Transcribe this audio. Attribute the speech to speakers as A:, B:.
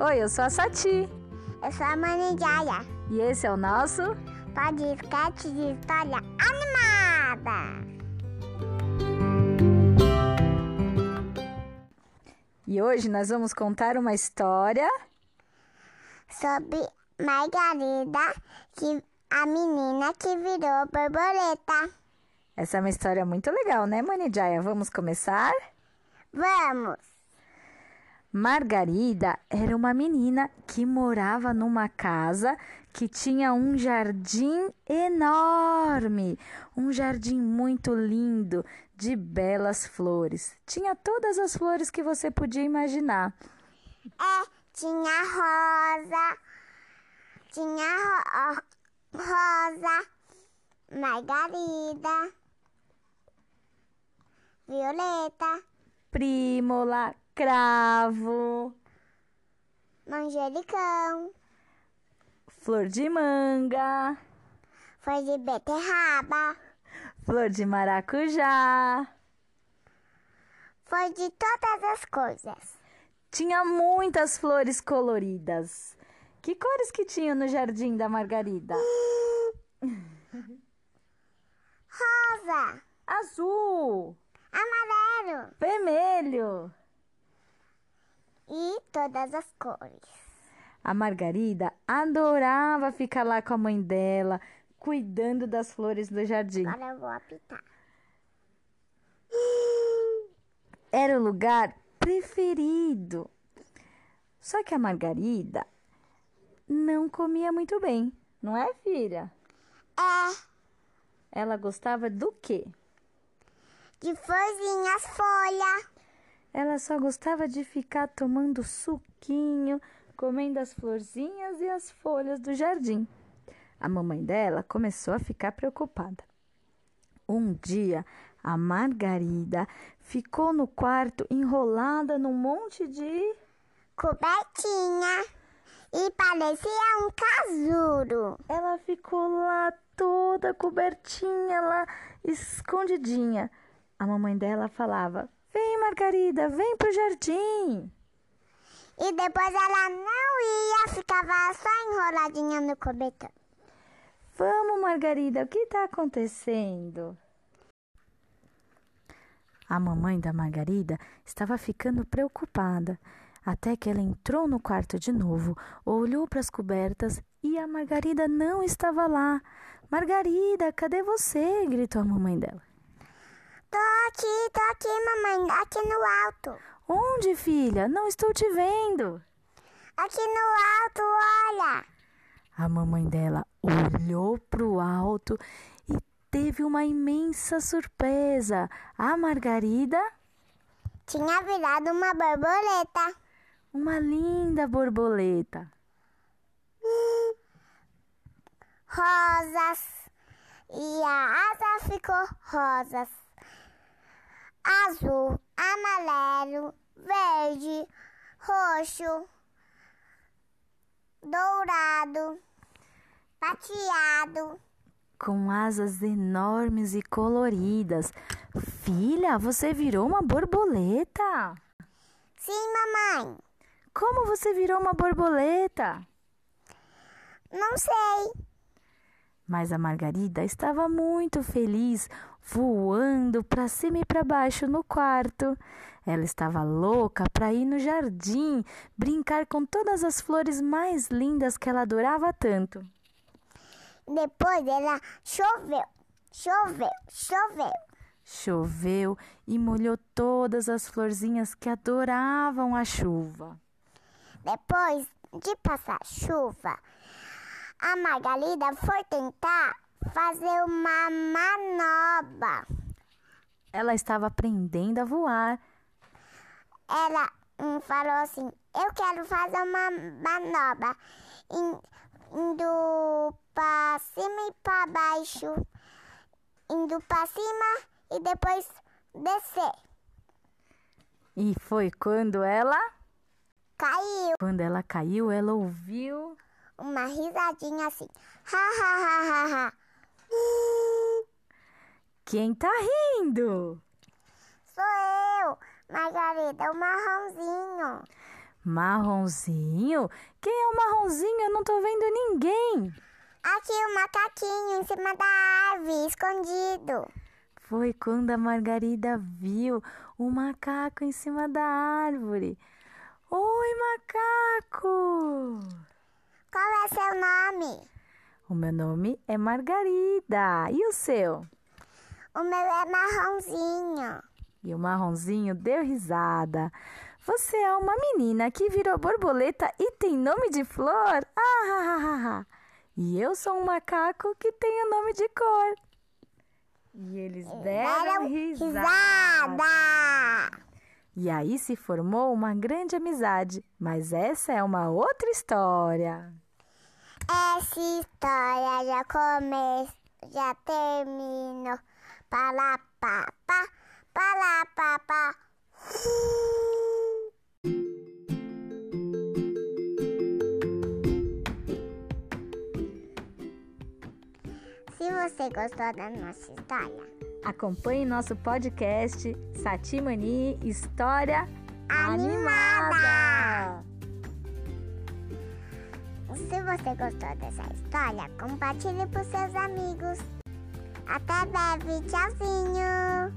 A: Oi, eu sou a Sati
B: Eu sou a Manigaya.
A: e esse é o nosso.
B: Podcast de história animada.
A: E hoje nós vamos contar uma história.
B: Sobre Margarida, que, a menina que virou borboleta.
A: Essa é uma história muito legal, né, Manijaya? Vamos começar?
B: Vamos!
A: Margarida era uma menina que morava numa casa que tinha um jardim enorme, um jardim muito lindo, de belas flores. Tinha todas as flores que você podia imaginar.
B: É, tinha rosa, tinha ro- ó, rosa, margarida, violeta,
A: Prímola, cravo,
B: manjericão,
A: flor de manga,
B: flor de beterraba,
A: flor de maracujá.
B: flor de todas as coisas.
A: Tinha muitas flores coloridas. Que cores que tinha no jardim da Margarida?
B: Rosa,
A: Azul,
B: amarelo
A: vermelho.
B: e todas as cores.
A: A Margarida adorava ficar lá com a mãe dela, cuidando das flores do jardim.
B: Agora eu vou apitar.
A: Era o lugar preferido. Só que a Margarida não comia muito bem, não é, filha?
B: É,
A: Ela gostava do quê?
B: de florzinhas, folha.
A: Ela só gostava de ficar tomando suquinho, comendo as florzinhas e as folhas do jardim. A mamãe dela começou a ficar preocupada. Um dia, a Margarida ficou no quarto enrolada num monte de.
B: cobertinha e parecia um casulo.
A: Ela ficou lá toda cobertinha, lá escondidinha. A mamãe dela falava: Vem, Margarida, vem pro jardim.
B: E depois ela não ia, ficava só enroladinha no cobertor.
A: Vamos, Margarida, o que está acontecendo? A mamãe da Margarida estava ficando preocupada, até que ela entrou no quarto de novo, olhou para as cobertas e a Margarida não estava lá. Margarida, cadê você? gritou a mamãe dela.
B: Tô aqui, tô aqui, mamãe, aqui no alto.
A: Onde, filha? Não estou te vendo.
B: Aqui no alto, olha.
A: A mamãe dela olhou para o alto e teve uma imensa surpresa. A Margarida
B: Tinha virado uma borboleta.
A: Uma linda borboleta.
B: Rosas. E a asa ficou rosas. Azul, amarelo, verde, roxo, dourado, prateado.
A: Com asas enormes e coloridas. Filha, você virou uma borboleta?
B: Sim, mamãe.
A: Como você virou uma borboleta?
B: Não sei.
A: Mas a Margarida estava muito feliz, voando para cima e para baixo no quarto. Ela estava louca para ir no jardim, brincar com todas as flores mais lindas que ela adorava tanto.
B: Depois ela choveu, choveu, choveu.
A: Choveu e molhou todas as florzinhas que adoravam a chuva.
B: Depois de passar chuva, a Margarida foi tentar fazer uma manobra.
A: Ela estava aprendendo a voar.
B: Ela hum, falou assim: Eu quero fazer uma manobra in- indo para cima e para baixo, indo para cima e depois descer.
A: E foi quando ela,
B: Caiu
A: quando ela caiu, ela ouviu.
B: uma risadinha assim: Ha ha ha ha ha.
A: Quem tá rindo?
B: Sou eu, Margarida, o marronzinho.
A: Marronzinho? Quem é o marronzinho? Eu não tô vendo ninguém.
B: Aqui o macaquinho em cima da árvore, escondido.
A: Foi quando a Margarida viu o macaco em cima da árvore. Oi, macaco!
B: Qual é seu nome?
A: O meu nome é Margarida. E o seu?
B: O meu é marronzinho.
A: E o marronzinho deu risada. Você é uma menina que virou borboleta e tem nome de flor? Ah, ha, ha, ha, E eu sou um macaco que tem o nome de cor. E eles deram
B: Deram
A: risada.
B: risada.
A: E aí se formou uma grande amizade. Mas essa é uma outra história.
B: Essa história já começou, já terminou. Palá, pá, pá, palá, pá, pá. Se você gostou da nossa história,
A: Acompanhe nosso podcast Satimani História
B: Animada.
A: Animada.
B: se você gostou dessa história, compartilhe com seus amigos. Até breve, tchauzinho!